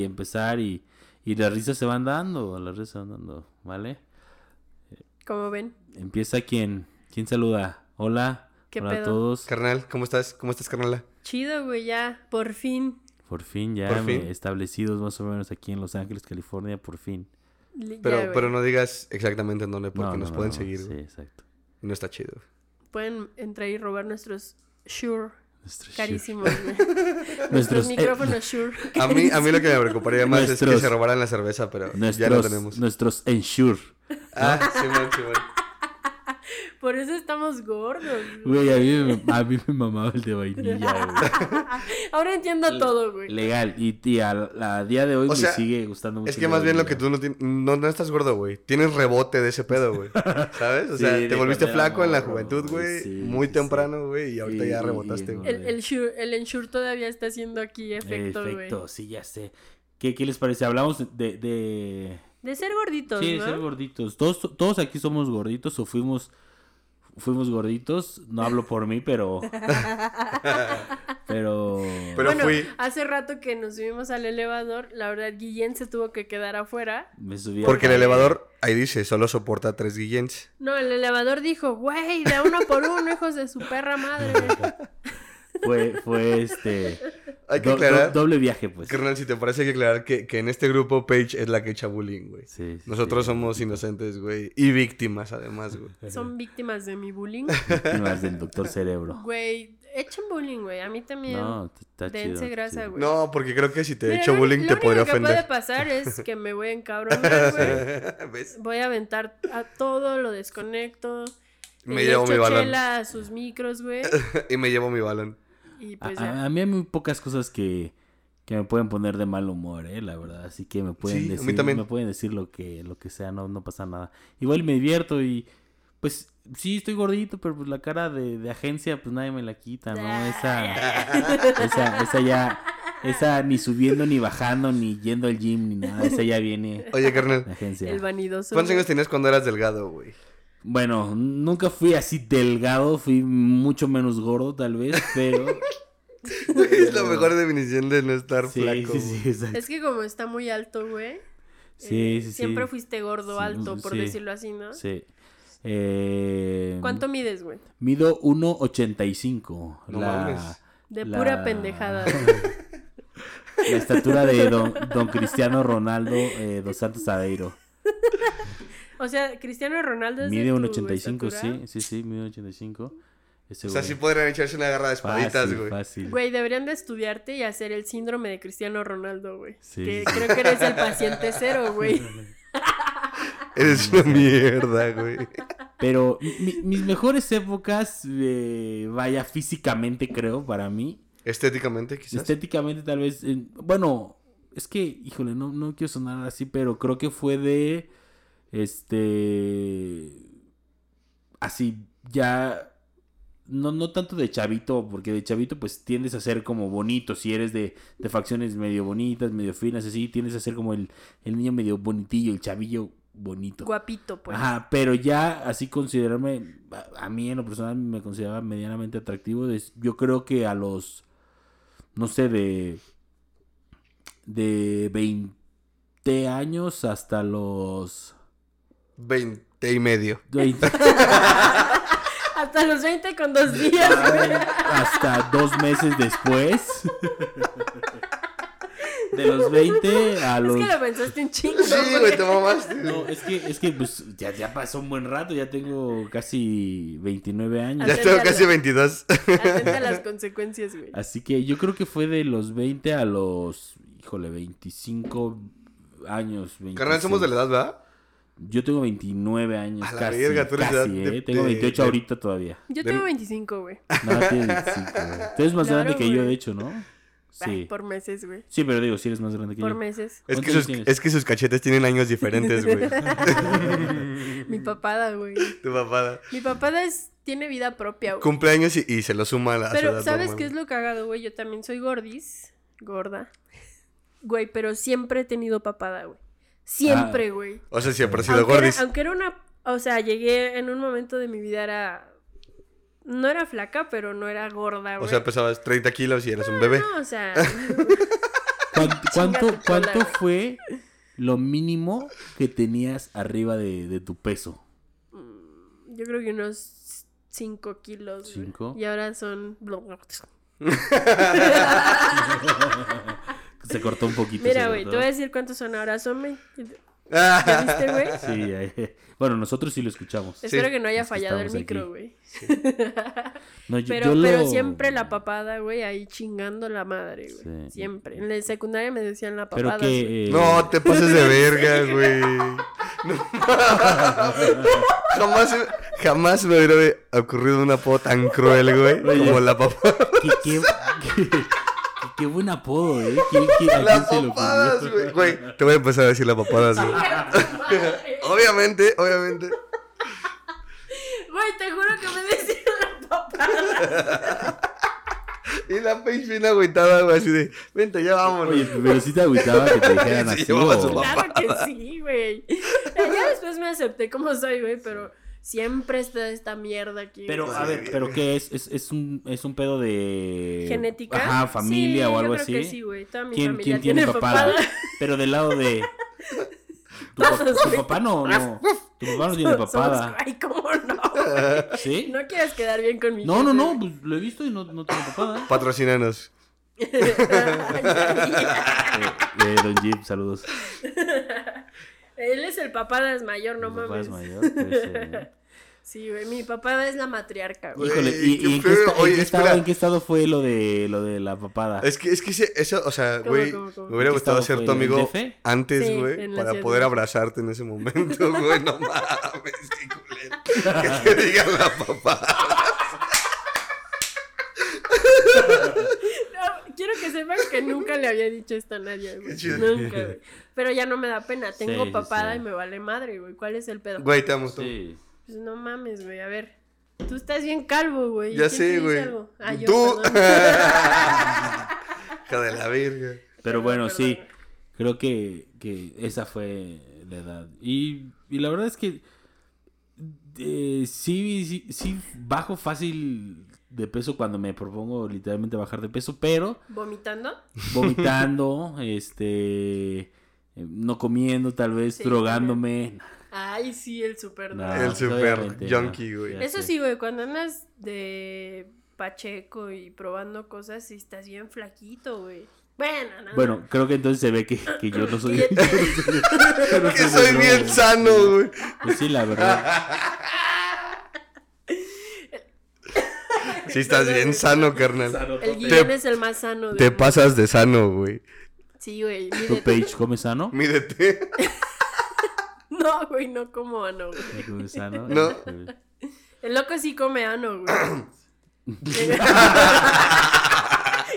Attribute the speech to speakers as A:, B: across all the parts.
A: y empezar y, y las risas se van dando, las risas se van dando, ¿vale?
B: Como ven,
A: Empieza quien, quien saluda. Hola,
B: ¿Qué
A: hola a
B: pedo?
A: todos.
C: Carnal, ¿cómo estás? ¿Cómo estás, carnala?
B: chido, güey, ya, por fin.
A: Por fin ya
C: Por fin.
A: me- establecidos más o menos aquí en Los Ángeles, California, por fin.
B: Li- ya,
C: Pero,
B: güey.
C: pero no digas exactamente en dónde, porque
A: No, no,
C: nos
A: no,
C: pueden
A: no,
C: seguir.
A: Sí,
C: güey.
A: exacto.
C: Y no está chido.
B: Pueden entrar y robar nuestros Shure
A: Nuestros
B: carísimos, güey.
A: shit.
B: Nuestros
A: eh,
B: micrófonos Shure.
C: A mí, a mí lo que me preocuparía más es que
A: Nuestros-
C: se robaran la cerveza, pero ya lo
A: nuestros,
C: tenemos.
A: nuestros Ensure.
C: Ah, Simón, Simón.
B: Por eso estamos gordos, güey.
A: Güey, a mí, me- a mí me mamaba el de vainilla, güey.
B: Ahora entiendo todo, güey.
A: Legal. Y, y a, a día de hoy
C: O
A: me
C: sea,
A: sigue gustando mucho.
C: Es
A: el
C: que
A: de
C: más bien lo que
A: vainilla.
C: tú no tienes. No, no estás gordo, güey. Tienes rebote de ese pedo, güey. ¿Sabes? O sea,
A: Sí, de
C: te volviste
A: cuando era
C: flaco en la
A: morro,
C: juventud,
A: güey,
C: güey.
A: sí,
C: muy
A: sí, sí.
C: temprano, güey. Y ahorita
A: Y- y-
C: ya
A: y-
C: rebotaste, güey.
B: El, el, sure, el Ensure todavía está haciendo aquí efecto, güey.
A: Perfecto, sí, ya sé. ¿Qué, qué les parece? Hablamos de... de...
B: De ser gorditos,
A: Sí, de
B: ¿no?
A: ser gorditos. Todos, todos aquí somos gorditos o fuimos... Fuimos gorditos, no hablo por mí, pero... pero...
C: Pero
B: bueno,
C: fui-
B: hace rato que nos subimos al elevador, la verdad Guillén se tuvo que quedar afuera.
A: Me subí a-
C: Porque el elevador, ahí dice, solo soporta tres guillens.
B: No, el elevador dijo, güey, de uno por uno, hijos de su perra madre.
A: Fue, fue este...
C: Hay que
A: do- do-
C: aclarar.
A: doble viaje, pues.
C: Carnal, si te parece hay que aclarar que, que en este grupo Paige es la que echa bullying, güey.
A: Sí, sí,
C: Nosotros
A: sí.
C: somos inocentes, güey. Y víctimas, además, güey.
B: Son víctimas de mi bullying.
A: Víctimas del doctor cerebro.
B: Güey, echen bullying, güey. A mí también.
A: No, está
B: Dense
A: chido, está
B: grasa,
A: chido.
B: güey.
C: No, porque creo que si te
B: Mira,
C: echo
B: lo-
C: bullying
B: lo
C: te
B: único
C: podría
B: que puede
C: ofender.
B: pasar es que me voy a encabronar, güey.
C: ¿Ves?
B: Voy a aventar a todo, lo desconecto.
C: Me
B: le
C: llevo
B: echo
C: mi balón.
B: chela a sus micros, güey.
C: Y me llevo mi balón.
B: Y
A: A,
B: pues
A: a-
B: ya.
A: a mí hay muy pocas cosas que, que me pueden poner de mal humor, eh, la verdad. Así que me pueden
C: Sí, a mí
A: decir,
C: también.
A: me pueden decir lo que, lo que sea, no, no pasa nada. Igual me divierto y pues sí estoy gordito, pero pues la cara de, de agencia, pues nadie me la quita, ¿no?
B: Ah,
A: Esa, esa, esa ya, esa ni subiendo, ni bajando, ni yendo al gym, ni nada, esa ya viene
C: Oye,
A: la
C: carnal,
A: agencia.
B: El vanidoso.
C: ¿cuántos
B: güey.
C: años tenías cuando eras delgado, güey?
A: Bueno, nunca fui así delgado, fui mucho menos gordo tal vez, pero
C: Es la mejor definición de no estar
A: sí,
C: flaco.
A: sí,
C: güey.
A: sí, exacto.
B: Es que como está muy alto, güey.
A: Sí,
B: eh,
A: sí, sí.
B: Siempre fuiste gordo
A: Sí,
B: alto, por
A: sí.
B: decirlo así, ¿no?
A: Sí. Eh,
B: ¿Cuánto mides, güey?
A: Mido 1.85.
C: No
A: la,
C: mames.
B: De
A: la-
B: pura pendejada.
A: La estatura de don, don Cristiano Ronaldo eh, dos Santos Aveiro.
B: O sea, Cristiano Ronaldo es de
A: Mide
B: tu
A: 1.85,
B: estatura.
A: sí, sí, sí, mide 1.85. Ese
C: O sea,
A: güey.
C: sí podrían echarse una garra de espaditas,
A: fácil,
C: güey.
A: fácil.
B: Güey, deberían de estudiarte y hacer el síndrome de Cristiano Ronaldo, güey.
A: Sí,
B: que
A: sí, sí.
B: creo que eres el paciente cero, güey.
C: Eres una mierda, güey.
A: Pero mi- mis mejores épocas, eh, vaya, físicamente creo, para mí.
C: Estéticamente, quizás.
A: Este- Estéticamente tal vez, eh, bueno, es que, híjole, no, no quiero sonar así, pero creo que fue de, este, así, ya, no, no tanto de chavito, porque de chavito pues tiendes a ser como bonito, si eres de, de facciones medio bonitas, medio finas, así, tiendes a ser como el, el niño medio bonitillo, el chavillo bonito.
B: Guapito, pues.
A: Ajá, pero ya así considerarme, a, a mí en lo personal me consideraba medianamente atractivo. des- yo creo que a los, no sé, de, de 20 años hasta los...
C: Veinte y medio.
A: 20,
B: Hasta los 20 con dos días. güey.
A: hasta dos meses después. De los 20 a los...
B: Es que lo pensaste un chingo.
C: Sí, güey, te mamaste.
A: No, es que, es que pues, ya, ya pasó un buen rato, ya tengo casi 29 años.
C: Ya tengo casi 22.
B: Atenta a las consecuencias, güey.
A: Así que yo creo que fue de los 20 a los, híjole, 25 años. 26.
C: Carnal, somos de la edad, ¿verdad?
A: Yo tengo 29 años.
C: A la
A: casi,
C: verga, tú eres de
A: casi,
C: edad de-
A: ¿eh? Tengo
C: de-
A: 28
C: de-
A: ahorita todavía.
B: Yo
C: De-
B: tengo 25, güey.
A: No, tienes 25. güey. Tú eres más
B: Claro,
A: grande que yo,
B: güey.
A: de hecho, ¿no?
B: Ay,
A: Sí.
B: Por meses, güey.
A: Sí, pero digo, sí eres más grande que
B: Por
A: yo.
B: meses.
C: Es que,
A: ¿Cuántos
C: sus,
A: tienes?
C: es que sus cachetes tienen años diferentes, güey.
B: Mi papada, güey.
C: Tu papada.
B: Mi papada es, tiene vida propia, güey.
C: Cumpleaños y, y se lo suma a la a su
B: Pero,
C: edad
B: ¿sabes
C: normal.
B: qué es lo cagado, güey? Yo también soy gordis, gorda. Güey, pero siempre he tenido papada, güey. Siempre, güey.
C: O sea, siempre ha sido
B: Aunque era,
C: gordis.
B: aunque era una... O sea, llegué en un momento de mi vida, era... No era flaca, pero no era gorda, güey.
C: O sea, pesabas 30 kilos y eras un bebé.
B: No, o sea...
A: ¿Cuánto, cuánto,
B: Chinga tu cola,
A: cuánto
B: güey.
A: fue lo mínimo que tenías arriba de, de tu peso?
B: Mm, Yo creo que unos 5 kilos. güey.
A: ¿Cinco?
B: Y ahora son.
A: Se cortó un poquito. se
B: Mira, güey, te
A: cortó.
B: voy a decir cuántos son ahora. Son 20. ¿Ya
C: Ah,
B: viste, güey?
A: Sí, ahí- bueno, nosotros sí lo escuchamos.
B: Espero que no haya
A: Es que
B: fallado el
A: estamos
B: micro,
A: aquí.
B: güey.
A: No, yo-
B: Pero,
A: yo
B: pero
A: lo-
B: siempre la papada, güey, ahí chingando la madre, güey.
A: Sí.
B: Siempre. En la secundaria me decían la
A: Pero
B: papada. güey.
A: que... eh,
C: No, te pases de verga, güey. No mames. jamás, jamás me hubiera ocurrido una apodo tan cruel, güey,
A: Oye.
C: como la papá.
A: Qué, qué, qué- qué buen apodo, ¿eh? ¿Qué, qué- a
C: Las
A: quién se le
C: papadas,
A: ocurrió?
C: güey. Güey, te voy a empezar a decir las papadas, güey.
A: eh,
C: Obviamente, obviamente.
B: Güey, te juro que me decían la papada.
C: Y la face bien agüitada, güey, así de, vente, ya vámonos.
A: Oye, pero sí te agüitaba que te dijeran
C: Sí,
A: así.
C: llevaba
A: o-
C: su papá.
B: Claro que sí, güey. Ya después me acepté como soy, güey, pero siempre está esta mierda aquí.
A: Pero,
B: güey.
A: a ver, ¿pero qué es? ¿Es, es un, ¿Es un pedo de...
B: genética.
A: Ajá, familia
B: Sí,
A: o algo
B: yo
A: así.
B: creo que sí, güey. Toda mi
A: ¿Quién, quién
B: familia
A: tiene papada?
B: papada.
A: Pero del lado de... Tu,
B: Todos,
A: pap- tu
B: güey.
A: papá no, no... Tu papá no tiene
B: Somos-
A: papada,
B: Ay, cómo no. güey?
A: ¿sí?
B: No quieres quedar bien conmigo.
A: No, no, no, pues lo he visto y no, no tiene papada.
C: Patrocínanos.
A: Eh, eh, don Jim, saludos.
B: Él es el papadas mayor, no
A: Mi papá
B: mames.
A: es mayor, pues, eh.
B: Sí, güey, mi papada es la matriarca, güey.
C: Güey,
A: Híjole, ¿y,
C: qué
A: y en, qué
C: feo.
A: esta- en qué
C: Oye,
A: estado,
C: espera.
A: en qué estado fue lo de lo de la papada?
C: Es que, es que ese- eso, o sea,
B: ¿Cómo,
C: güey,
B: cómo, cómo?
C: me hubiera
A: ¿En qué
C: gustado
A: estado fue?
C: ser tu
A: ¿En el
C: amigo
A: DF?
C: antes,
B: Sí,
C: güey,
B: en la
C: para
B: Ciudad
C: poder
B: de
C: abrazarte en ese momento, güey, no mames, qué culero. Que te diga la papá.
B: No, quiero que sepan que nunca le había dicho esto a nadie, güey.
C: Qué chido.
B: Nunca, güey. Pero ya no me da pena. Tengo
A: sí,
B: papada
A: sí.
B: y me vale madre, güey. ¿Cuál es el pedo?
C: Güey, te amo, tú.
A: Sí.
B: Pues no mames, güey. A ver. Tú estás bien calvo, güey.
C: Ya
B: ¿Quién te
C: sé,
B: dice
C: güey.
B: algo? Ah, yo,
C: Tú.
B: perdón.
C: Hija de la
A: Pero
C: virgen.
B: Perdón,
A: bueno, sí,
B: perdón.
A: creo que, que esa fue la edad. Y, y la verdad es que eh, sí, sí, sí bajo fácil de peso cuando me propongo literalmente bajar de peso, pero
B: ¿Vomitando?
A: vomitando, este, eh, no comiendo tal vez,
B: Sí,
A: drogándome.
B: Ay, sí, el super.
A: No,
C: El
A: pues,
C: super
A: obviamente,
C: junkie, güey.
A: ya
B: Eso
A: sé.
B: sí, güey, cuando andas de Pacheco y probando cosas, sí estás bien flaquito, güey. Bueno, no.
A: Bueno, creo que entonces se ve que, que yo no soy...
B: Que ya-
A: yo no soy
C: Que soy
A: drogo.
C: bien sano, güey.
A: Pues sí, la verdad.
C: Sí, estás bien sano, carnal.
B: el
C: Te-
B: guión es el más sano.
C: Te
B: güey.
C: pasas de sano, güey.
B: Sí, güey.
A: ¿Tu
B: mírate.
A: page come sano?
C: Mídete.
B: No, güey, no como ano, güey.
A: ¿No come sano?
C: No.
B: El loco sí come ano, güey.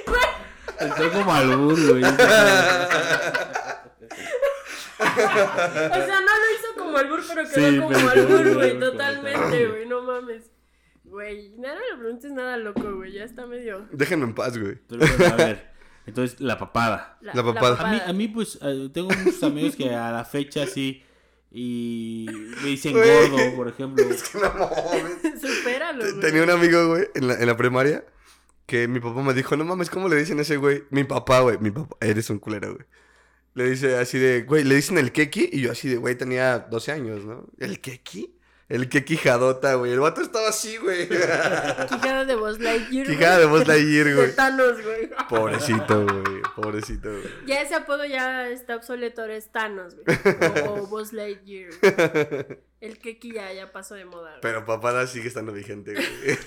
B: Güey,
A: Estoy como albur, güey.
B: o sea, no lo hizo como albur, pero quedó
A: Sí,
B: como
A: pero
B: albur,
A: quedó
B: güey.
A: como
B: Totalmente, güey. No mames. Güey, nada, no le preguntes nada loco, güey. Ya está medio.
C: Déjenme en paz, güey.
A: Pero bueno, a ver. Entonces, la papada.
C: La papada.
A: A mí, a mí pues, eh, tengo muchos amigos que a la fecha sí. Y me dicen gordo, por ejemplo.
C: No mames.
B: Supéralo,
C: Te-
B: güey.
C: Tenía un amigo, güey, en la, en la primaria, que mi papá me dijo, no mames, ¿cómo le dicen a ese güey? Mi papá, güey, mi papá, eres un culero, güey. Le dice así de, güey, le dicen el keki, y yo así de, güey, tenía 12 años, ¿no? ¿El keki? El keki jadota, güey. El vato estaba así, güey.
B: Quijada de voz Lightyear. güey.
C: Quijada de voz Lightyear,
B: De
C: güey.
B: Thanos, güey.
C: Pobrecito, güey. Pobrecito, güey.
B: Ya ese apodo ya está obsoleto, ahora es Thanos, güey. O, o Buzz Lightyear. güey. El Keki ya, ya pasó de moda. güey.
C: Pero papada sigue estando vigente, güey.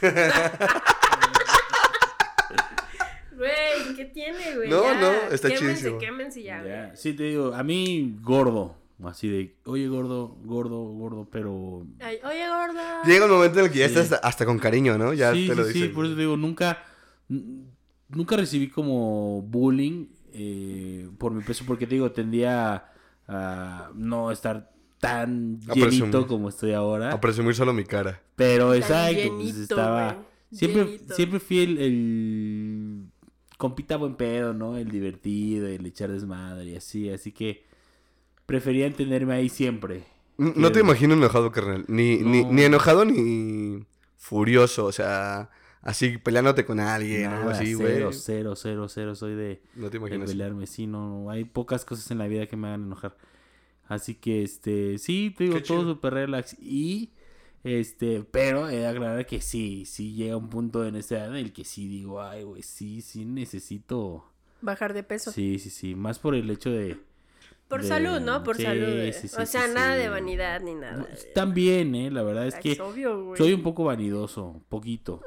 B: Güey, ¿qué tiene, güey?
C: No,
B: Ya,
C: no, está
B: quémense,
C: chidísimo.
B: Quémense ya, güey.
A: Ya, Sí, te digo, a mí gordo. Así de, oye, gordo, gordo, gordo, pero...
B: Ay, oye, gorda.
C: Llega un momento en el que ya
A: Sí.
C: estás hasta con cariño, ¿no? Ya
A: sí,
C: te lo
A: sí, sí,
C: dicen.
A: por eso te digo, nunca, n- nunca recibí como bullying eh, por mi peso, porque te digo, tendía a no estar tan
C: A
A: llenito
C: presumir.
A: como estoy ahora.
C: A presumir solo mi cara.
A: Pero
B: Tan
A: exacto, pues,
B: llenito,
A: estaba.
B: güey,
A: Siempre,
B: llenito.
A: siempre fui el, el compita buen pedo, ¿no? El divertido, el echar desmadre y así, así que prefería entenderme ahí siempre.
C: N- No te
A: Quiero-
C: imagino enojado, carnal. Ni, ni,
A: No.
C: ni enojado ni furioso. O sea, así peleándote con alguien, algo
A: Nada,
C: así, güey.
A: cero, cero, cero, cero. Soy de,
C: No
A: de
C: te imaginas.
A: pelearme. Sí, no, no, Hay pocas cosas en la vida que me hagan enojar. Así que, este, sí, te digo,
C: Qué
A: todo
C: chido.
A: súper relax. Y, este, pero he de aclarar que sí, sí llega un punto en esa edad en el que sí digo, ay, güey, sí, sí necesito.
B: Bajar de peso.
A: Sí, sí, sí. Más por el hecho de.
B: Por
A: de-
B: salud, ¿no? Por
A: sí,
B: salud. eh.
A: sí, sí,
B: o
A: sí,
B: sea, nada
A: sí.
B: de vanidad ni nada.
A: No, También, ¿eh? La verdad es
B: Ay,
A: que
B: obvio, güey.
A: soy un poco vanidoso, un poquito.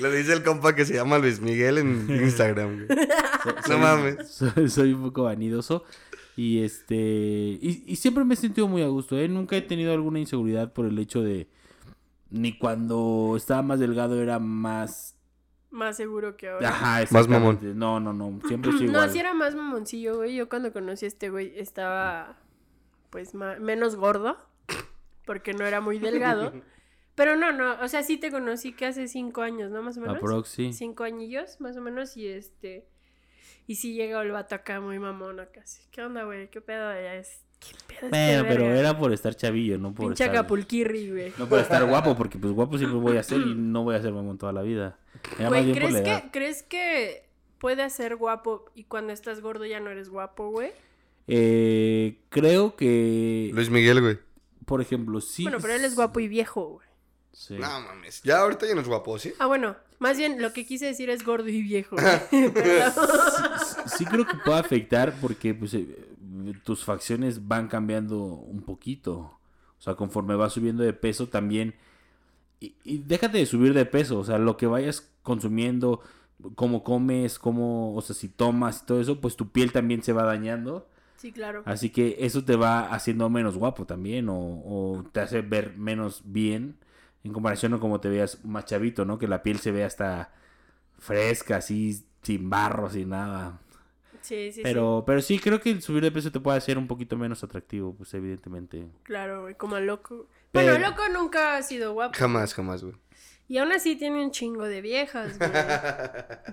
C: Le dice el compa que se llama Luis Miguel en Instagram, güey.
A: So-
C: No mames.
A: Soy, soy un poco vanidoso. Y este. Y, y siempre me he sentido muy a gusto, ¿eh? Nunca he tenido alguna inseguridad por el hecho de. Ni cuando estaba más delgado era más.
B: Más seguro que ahora.
A: Ajá,
C: Más mamón.
A: exactamente. No, no, no. Siempre soy
B: No,
A: igual.
B: si era más mamoncillo, güey. Yo cuando conocí a este güey estaba, pues, ma- menos gordo, porque no era muy delgado. Pero no, no, o sea, sí te conocí que hace cinco años, ¿no? Más o menos.
A: Aprox, sí.
B: Cinco añillos, más o menos, y este... Y sí llega el vato acá muy mamón acá, así, ¿Qué onda, güey? ¿Qué pedo? Ya es- ¿Qué pedo? este
A: Bueno, Eh, pero
B: verga?
A: era por estar chavillo, no por
B: Pinche
A: estar.
B: Acapulquirri, güey.
A: No por estar guapo, porque pues guapo siempre voy a ser y no voy a ser mamón toda la vida. Era más
B: Güey,
A: bien por
B: ¿crees
A: la edad.
B: que, ¿crees que puedes ser guapo y cuando estás gordo ya no eres guapo, güey?
A: Eh, creo que.
C: Luis Miguel, güey.
A: Por ejemplo, sí.
B: Bueno, pero él es guapo y viejo, güey.
A: Sí.
C: No mames. Ya ahorita ya no es guapo, ¿sí?
B: Ah, bueno, más bien lo que quise decir es gordo y viejo. güey. Perdón.
A: sí creo que puede afectar porque pues, eh, tus facciones van cambiando un poquito. O sea, conforme vas subiendo de peso también. Y, y déjate de subir de peso. O sea, lo que vayas consumiendo, cómo comes, cómo, o sea, si tomas y todo eso, pues tu piel también se va dañando.
B: Sí, claro.
A: Así que eso te va haciendo menos guapo también o, o te hace ver menos bien en comparación a como te veas más chavito, ¿no? Que la piel se ve hasta fresca, así, sin barro, sin nada.
B: Sí, sí,
A: Pero, pero sí, creo que el subir de peso te puede hacer un poquito menos atractivo, pues evidentemente.
B: sí. Claro, güey, como loco.
A: Pero-
B: Bueno, loco nunca ha sido guapo.
C: Jamás, jamás, güey.
B: Y aún así tiene un chingo de viejas, güey.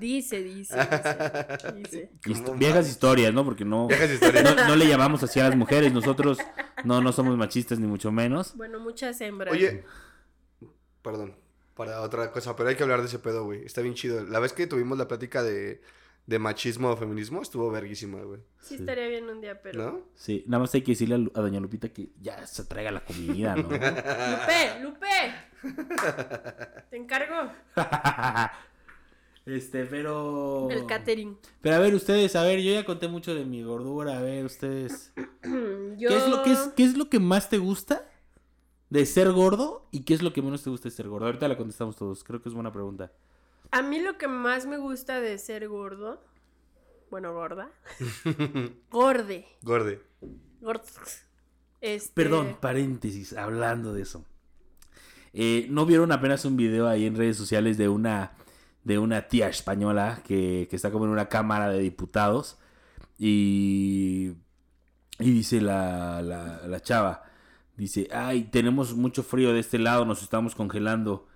B: Dice, dice, dice. dice.
A: Hist-
C: ¿Cómo
A: viejas
C: más?
A: historias, ¿no? Porque no,
C: Viejas historias.
A: no, no le llamamos así a las mujeres, nosotros no, no somos machistas ni mucho menos.
B: Bueno, muchas hembras.
C: Oye, perdón, para otra cosa, pero hay que hablar de ese pedo, güey. Está bien chido. La vez que tuvimos la plática de, de machismo o feminismo, estuvo verguísima, güey.
B: Sí estaría bien un día, pero...
C: ¿No?
A: Sí, nada más hay que decirle a, Lu- a doña Lupita que ya se traiga la comida, ¿no?
B: Lupe, Lupe. Te encargo
A: este, pero.
B: el catering.
A: Pero a ver, ustedes, a ver, yo ya conté mucho de mi gordura, a ver, ustedes.
B: Yo...
A: ¿Qué, es lo, qué, es, qué es lo que más te gusta de ser gordo y qué es lo que menos te gusta de ser gordo? Ahorita la contestamos todos, creo que es buena pregunta.
B: A mí lo que más me gusta de ser gordo, bueno, gorda, gorde,
C: Gorde.
B: gord, este,
A: Perdón, paréntesis, hablando de eso. Eh, ¿No vieron apenas un video ahí en redes sociales de una, de una tía española que, que está como en una cámara de diputados? Y, y dice la, la, la chava, dice, ay, tenemos mucho frío de este lado, nos estamos congelando.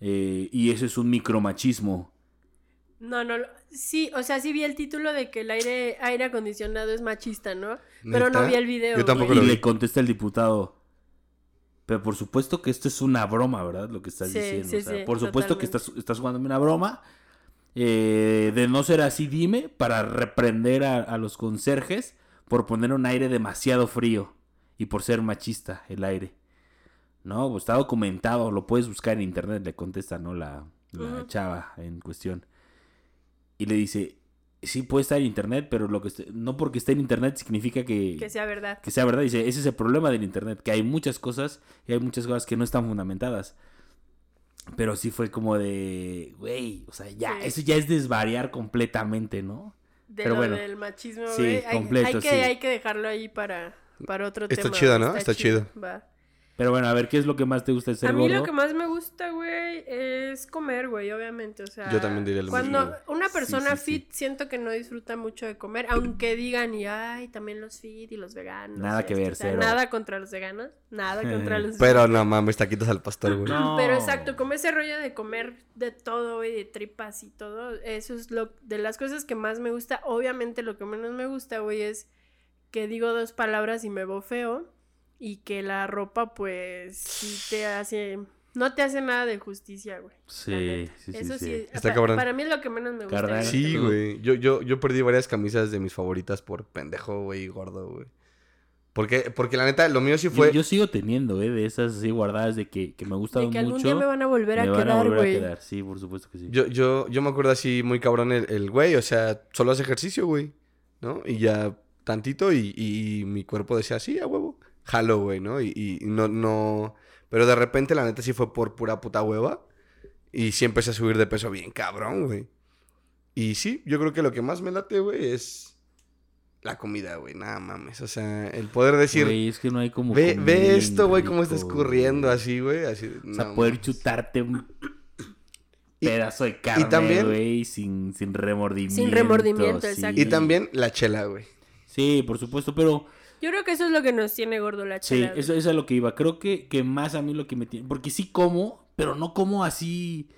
A: eh, y eso es un micromachismo.
B: No, no, lo- sí, o sea, sí vi el título de que el aire, aire acondicionado es machista, ¿no? Pero
C: ¿Neta?
B: no vi el video.
C: Yo tampoco
A: Y
B: güey.
C: lo vi.
A: le contesta el diputado. Pero por supuesto que esto es una broma, ¿verdad? Lo que estás
B: Sí,
A: diciendo.
B: sí,
A: o sea,
B: sí,
A: por supuesto que
B: totalmente.
A: estás, estás jugándome una broma. eh, de no ser así, dime, para reprender a, a los conserjes por poner un aire demasiado frío y por ser machista el aire. No, pues está documentado, lo puedes buscar en internet, le contesta, ¿no? La, la
B: Ujú.
A: chava en cuestión. Y le dice, sí puede estar en internet, pero lo que esté- no porque esté en internet significa
B: Que sea verdad.
A: que sea verdad. Dice, ese es el problema del Internet, que hay muchas cosas y hay muchas cosas que no están fundamentadas. Pero sí fue como de, güey, o sea, ya,
B: Sí.
A: eso ya es desvariar completamente, ¿no?
B: De
A: pero
B: lo
A: bueno.
B: del machismo,
A: Sí,
B: güey. Hay,
A: completo,
B: hay que,
A: sí.
B: hay que dejarlo ahí para, para otro
C: Está
B: tema.
C: chido,
B: güey,
C: ¿no? Está chido.
B: Va.
A: Pero bueno, a ver, ¿qué es lo que más te gusta de ser
B: A mí
A: gordo?
B: lo que más me gusta, güey, es comer, güey, obviamente, o sea...
C: Yo también diría lo
B: Cuando
C: mismo,
B: una
A: Sí,
B: persona
A: sí, sí.
B: fit siento que no disfruta mucho de comer, aunque digan, y ay, también los fit y los veganos.
A: Nada
B: y
A: que
B: esto",
A: ver,
B: o sea,
A: cero.
B: Nada contra los veganos, nada contra los
C: Pero no mames, taquitos al pastor, güey.
A: No.
B: Pero exacto, como ese rollo de comer de todo, güey, de tripas y todo, eso es lo de las cosas que más me gusta. Obviamente lo que menos me gusta, güey, es que digo dos palabras y me veo feo y que la ropa pues sí te hace No te hace nada de justicia, güey. la
A: Sí,
B: neta.
A: sí, sí,
B: Eso sí.
A: sí.
B: es-
C: Está
B: pa-
C: cabrón.
B: Para mí es lo que menos me gusta.
A: Carnal.
B: de la
C: Sí,
B: tele.
C: güey. Yo, yo, yo perdí varias camisas de mis favoritas por pendejo, güey, y gordo, güey. Porque, porque la neta, lo mío sí
A: Yo-
C: fue.
A: Yo, sigo teniendo, ¿eh? De esas así guardadas de que, que me gustan
B: De que algún
A: mucho.
B: día me van a volver a
A: me van a
B: quedar,
A: volver a
B: güey.
A: quedar. Sí, por supuesto que sí.
C: Yo, yo, yo me acuerdo así muy cabrón el, el güey, o sea, solo hace ejercicio, güey, ¿no? Y ya tantito y, y- y mi cuerpo decía, sí, a huevo, jalo, güey, ¿no? Y, y no, no, pero de repente la neta sí fue por pura puta hueva y sí empecé a subir de peso bien cabrón, güey. Y sí, yo creo que lo que más me late, güey, es la comida, güey, nada mames, o sea, el poder decir,
A: Güey, es que no hay como.
C: ve,
A: comida
C: ve
A: bien
C: esto, güey, cómo está
A: rico,
C: escurriendo
A: güey.
C: así, güey, así. de,
A: O sea,
C: no
A: poder
C: mames.
A: chutarte un
C: Y-
A: pedazo de carne,
C: también-
A: güey, sin, sin remordimiento.
B: Sin remordimiento, exacto.
C: Y también la chela, güey.
A: Sí, por supuesto, pero
B: Yo creo que eso es lo que nos tiene gordo la
A: sí,
B: chela. güey.
A: eso, eso es lo que iba. Creo que, que más a mí lo que me tiene. Porque sí como, pero no como así.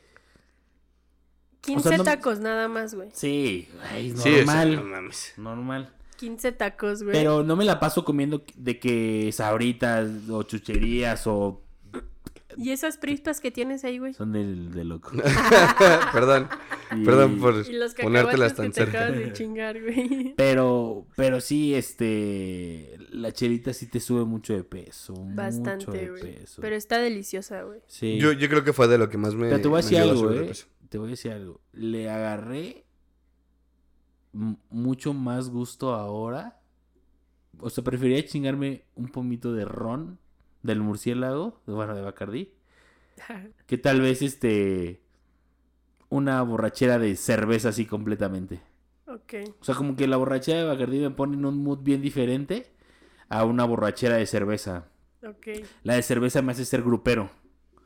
B: 15
A: o sea, no-
B: tacos nada más, güey.
A: Sí, güey, es
C: Sí, o sea, no
A: normal.
C: mames.
A: normal.
B: 15 tacos, güey.
A: Pero no me la paso comiendo de que sabritas o chucherías o
B: Y esas prispas que tienes ahí, güey.
A: son del, de loco.
C: Perdón.
A: Y-
C: Perdón por
B: Y los cacahuates
C: ponértelas
B: que
C: tan
B: te
C: cerca.
B: acabas de chingar, güey.
A: Pero, pero sí, este, la chelita sí te sube mucho de peso. mucho de
B: Bastante, güey.
A: peso.
B: Pero está deliciosa, güey.
A: Sí.
C: Yo, yo creo que fue de lo que más me.
A: Pero te voy a
C: me
A: decir
C: llevó
A: algo,
C: subir de
A: eh.
C: peso.
A: Te voy a decir algo. Le agarré m- mucho más gusto ahora. O sea, prefería chingarme un pomito de ron del murciélago, bueno, de Bacardí, que tal vez este una borrachera de cerveza así completamente.
B: ok.
A: O sea, como que la borrachera de Bacardí me pone en un mood bien diferente a una borrachera de cerveza.
B: Ok.
A: La de cerveza me hace ser grupero.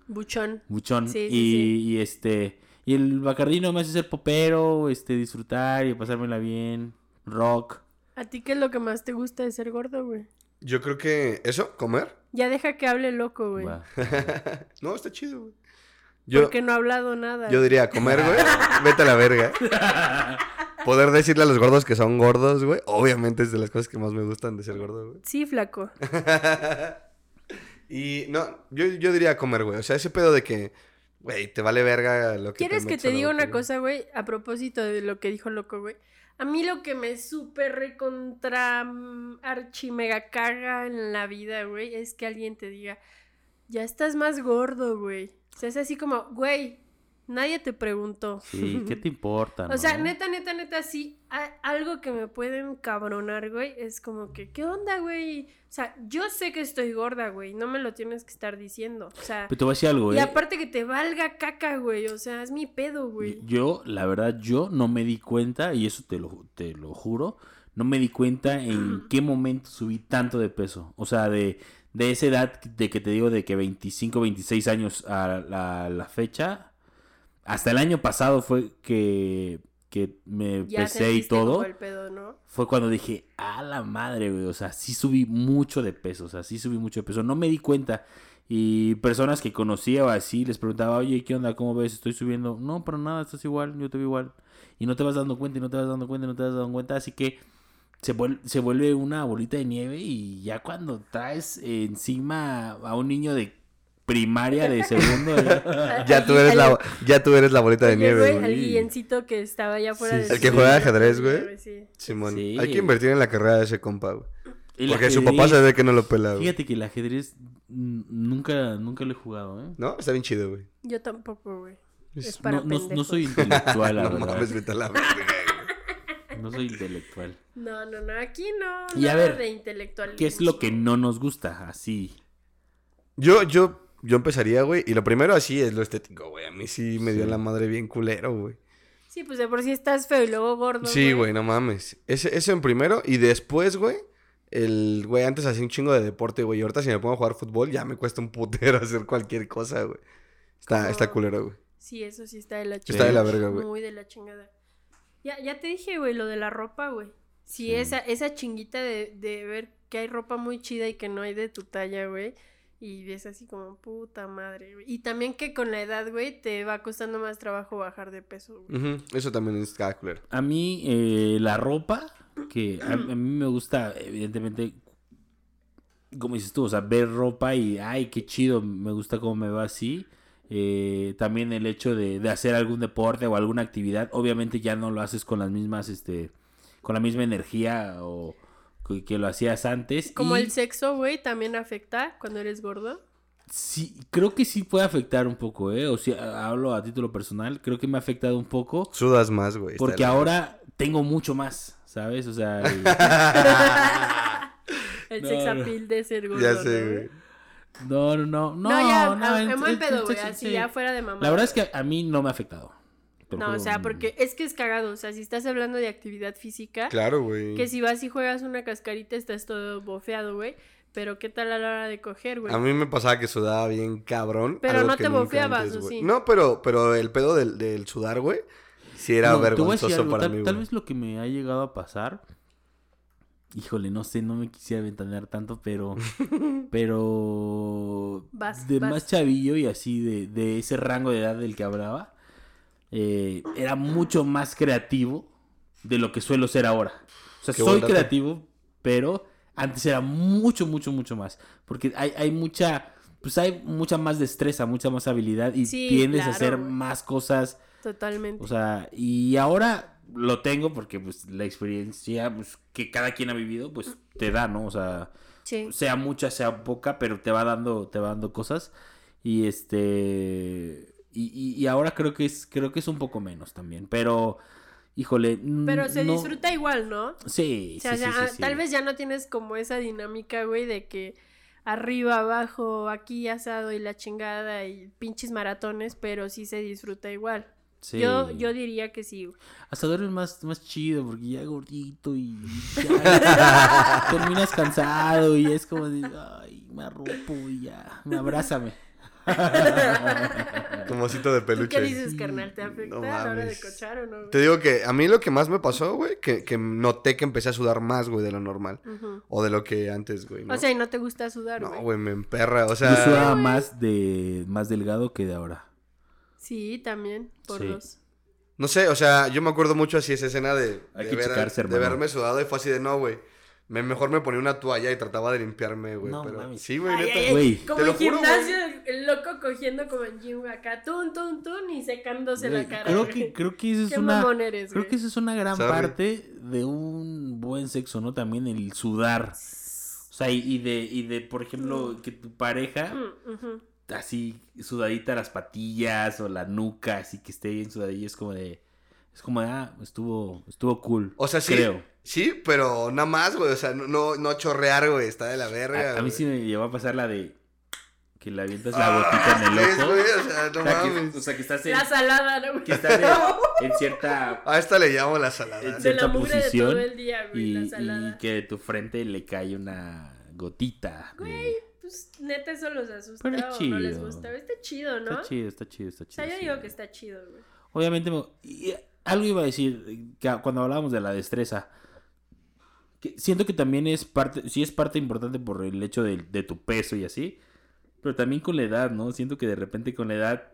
B: Buchón.
A: Buchón.
B: Sí, sí,
A: y,
B: sí.
A: y este. Y el bacardino me hace ser popero, este, disfrutar y pasármela bien. Rock.
B: ¿A ti qué es lo que más te gusta de ser gordo, güey?
C: Yo creo que. ¿Eso? ¿Comer?
B: Ya deja que hable el loco, güey.
A: va.
C: no, está chido, güey. Yo,
B: Porque no ha hablado nada.
C: yo diría, comer, güey. Vete a la verga. Poder decirle a los gordos que son gordos, güey. Obviamente es de las cosas que más me gustan de ser gordo, güey.
B: Sí, flaco.
C: Y no, yo, yo diría comer, güey. O sea, ese pedo de que, güey, te vale verga lo que
B: ¿Quieres que
C: metes
B: te
C: a la
B: diga
C: boca,
B: una
C: güey.
B: cosa, güey? A propósito de lo que dijo loco, güey. A mí lo que me súper recontra mm, archi mega caga en la vida, güey, es que alguien te diga, ya estás más gordo, güey. O sea, es así como, güey, nadie te preguntó.
A: Sí, ¿qué te importa?
B: O sea,
A: no?
B: neta, neta, neta, sí, a- algo que me pueden cabronar, güey, es como que, ¿qué onda, güey? O sea, yo sé que estoy gorda, güey, no me lo tienes que estar diciendo. O sea,
A: Pero te voy a decir algo,
B: y
A: ¿eh?
B: aparte que te valga caca, güey, o sea, es mi pedo, güey.
A: Yo, la verdad, yo no me di cuenta, y eso te lo, ju- te lo juro, no me di cuenta en qué momento subí tanto de peso. O sea, de, de esa edad de que te digo de que 25, 26 años a la, la fecha, hasta el año pasado fue que, que me pesé y
B: sentiste como
A: todo.
B: el pedo, ¿no?
A: Fue cuando dije, a la madre, güey, o sea, sí subí mucho de peso, o sea, sí subí mucho de peso, no me di cuenta. Y personas que conocía o así les preguntaba, oye, ¿qué onda? ¿Cómo ves? Estoy subiendo. No, para nada, estás igual, yo te veo igual. Y no te vas dando cuenta, y no te vas dando cuenta, y no te vas dando cuenta. Así que se vuelve, se vuelve una bolita de nieve y ya cuando traes eh, encima a un niño de primaria, de segundo, ya-
C: Ya tú, eres la, ya tú eres la bolita de nieve, güey.
A: güey.
B: El guillencito que estaba allá afuera
A: Sí,
B: de
A: sí.
B: su
A: El que
C: juega
B: tienda,
C: ajedrez, güey.
B: sí.
C: Simón,
A: Sí.
C: hay que invertir en la carrera de ese compa, güey.
A: el
C: Porque su papá
A: ajedrez.
C: se ve que no lo pela, güey.
A: Fíjate que el ajedrez mm, nunca, nunca lo he jugado, ¿eh?
C: ¿No? Está bien chido, güey.
B: Yo tampoco, güey. Es
A: No,
B: para
A: no- no
B: pendejos.
A: soy intelectual, la
C: No
A: verdad.
C: mames, vete a la verga, güey.
A: No soy intelectual.
B: No, no, no, aquí no.
A: Y a
B: nada
A: ver,
B: de intelectual.
A: ¿Qué es lo que no nos gusta? Así.
C: Yo, yo, yo empezaría, güey. Y lo primero así es lo estético, güey. A mí sí me dio
A: Sí.
C: la madre bien culero, güey.
B: Sí, pues de por sí estás feo y luego gordo.
C: Sí, güey, no mames. Ese, eso en primero. Y después, güey. El güey antes hacía un chingo de deporte, güey. Y ahorita si me pongo a jugar fútbol, ya me cuesta un putero hacer cualquier cosa, güey. Está,
B: Como-
C: está culero, güey.
B: Sí, eso sí está de la
C: Está
B: chingada.
C: de la verga, güey.
B: Muy de la chingada. Ya, ya te dije, güey, lo de la ropa, güey. Sí,
A: Sí.
B: Esa, esa chinguita de, de ver que hay ropa muy chida y que no hay de tu talla, güey. Y ves así como, puta madre, güey. Y también que con la edad, güey, te va costando más trabajo bajar de peso, güey.
C: Ujú, Eso también está culero.
A: A mí, eh, la ropa, que a, a mí me gusta, evidentemente, como dices tú, o sea, ver ropa y, ay, qué chido, me gusta cómo me va así. eh, también el hecho de, de hacer algún deporte o alguna actividad, obviamente ya no lo haces con las mismas, este, con la misma energía o que, que lo hacías antes.
B: Como
A: y
B: el sexo, güey, también afecta cuando eres gordo.
A: sí, creo que sí puede afectar un poco, ¿eh? O sea, hablo a título personal, creo que me ha afectado un poco
C: Sudas más, güey. está
A: porque
C: la-
A: ahora tengo mucho más, ¿sabes? O sea, y-
B: El
A: No,
B: sex
A: no.
B: appeal de ser gordo.
C: Ya
B: ¿no,
C: sé, güey.
A: no, no, no, no,
B: No, ya,
A: no,
B: a-
A: en-
B: en buen
A: en-
B: pedo,
A: en
B: güey,
A: sexo,
B: así
A: sí.
B: ya fuera de mamá.
A: La verdad es que a mí no me ha afectado. Te lo
B: No, o
A: juro,
B: sea,
A: mm.
B: porque es que es cagado, o sea, si estás hablando de actividad física,
C: Claro, güey.
B: que si vas y juegas una cascarita estás todo bofeado, güey, pero ¿qué tal a la hora de coger, güey?
C: A mí me pasaba que sudaba bien cabrón.
B: Pero
C: algo
B: no
C: que
B: te
C: nunca
B: bofeabas,
C: antes,
B: ¿o
C: güey.
B: sí?
C: No, pero, pero el pedo del, del sudar, güey, sí era
A: No, te voy a decir
C: vergonzoso
A: algo,
C: para
A: tal,
C: mí,
A: Tal
C: güey.
A: vez lo que me ha llegado a pasar. Híjole, no sé, no me quisiera ventanear tanto, pero. pero.
B: Vas,
A: de
B: vas.
A: más chavillo y así, de, de ese rango de edad del que hablaba. eh, era mucho más creativo de lo que suelo ser ahora. O sea,
C: Qué buen
A: soy
C: dato.
A: creativo, pero antes era mucho, mucho, mucho más. Porque hay, hay mucha. Pues hay mucha más destreza, mucha más habilidad y
B: Sí,
A: tiendes a
B: claro,
A: hacer
B: güey.
A: más cosas
B: Totalmente.
A: o sea, y ahora lo tengo porque pues la experiencia pues, que cada quien ha vivido pues te da, ¿no? O sea,
B: sí.
A: sea mucha, sea poca, pero te va dando, te va dando cosas. Y este y, y- y ahora creo que es, creo que es un poco menos también. Pero, híjole, n-
B: Pero se
A: mm, no-
B: disfruta igual, ¿no?
A: Sí,
B: O
A: sí,
B: sea,
A: sí,
B: ya- ah,
A: sí, sí.
B: tal vez ya no tienes como esa dinámica, güey, de que arriba, abajo, aquí asado y la chingada y pinches maratones, pero sí se disfruta igual.
A: Sí.
B: Yo, yo diría que sí. güey.
A: Hasta duermes más, más chido porque ya gordito y ya terminas cansado y es como de, ay, me arropo y ya, me abrázame.
C: Como osito de
B: ¿Tú
C: peluche.
B: qué dices, carnal? ¿Te afecta
C: No
B: a la hora de
C: mames.
B: cochar o no? güey?
C: Te digo que a mí lo que más me pasó, güey, que, que noté que empecé a sudar más, güey, de lo normal.
B: Ujú.
C: O de lo que antes, güey. ¿no?
B: O sea, y no te gusta sudar,
C: no,
B: güey.
C: güey, me emperra. O
A: Yo sudaba
C: sea,
A: más de más delgado que de ahora.
B: sí, también, por
A: Sí.
B: dos.
C: no sé, o sea, yo me acuerdo mucho así esa escena de,
A: Hay
C: de,
A: que checarse,
C: de
A: hermano.
C: verme sudado y fue así de no, güey. Me, mejor me ponía una toalla y trataba de limpiarme, güey.
A: No
C: pero...
A: mames.
C: Sí, güey,
B: Ay,
C: neta.
B: ay, ay,
A: Güey.
B: como
C: Te lo
B: en
C: juro, güey.
B: gimnasio, el loco cogiendo como en gym acá, tun, tun, tun, y secándose
A: Güey,
B: la cara.
A: creo
B: güey.
A: que creo que esa es
B: Qué
A: una
B: mamón eres,
A: creo
B: güey.
A: que esa es una gran
C: Sorry.
A: parte de un buen sexo, ¿no? También el sudar. O sea, y, y de y de por ejemplo que tu pareja
B: Mm, ujú.
A: así sudadita las patillas o la nuca, así que esté bien sudadilla es como de es como de, ah, estuvo estuvo cool.
C: O sea, sí.
A: creo.
C: Sí, pero nada más, güey. O sea, no- no, no chorrear, güey. Está de la verga.
A: A, a mí
C: güey.
A: sí me llevó a pasar la de que le avientas la gotita en el
C: ¿Ves,
A: ojo.
C: Ah, güey? O sea, no
A: O sea, que-
C: mames.
A: o sea, que estás en,
B: La salada, ¿no? güey?
A: que estás en- en cierta
C: A esta le llamo la salada.
A: en
B: de la
A: cierta
B: mugre
A: posición
B: de todo el día, güey,
A: y,
B: la
A: y
B: salada.
A: que de tu frente le cae una gotita. de-
B: Pues neta eso los asusta
A: Pero es
B: o no les
A: chido.
B: gusta. Está chido, ¿no?
A: Está chido, está chido, está
B: o
A: chido.
B: sea, yo
A: sí.
B: digo que está chido, güey.
A: Obviamente, me- y- algo iba a decir eh, que a- cuando hablábamos de la destreza. que siento que también es parte, sí es parte importante por el hecho de, de tu peso y así, pero también con la edad, ¿no? Siento que de repente con la edad,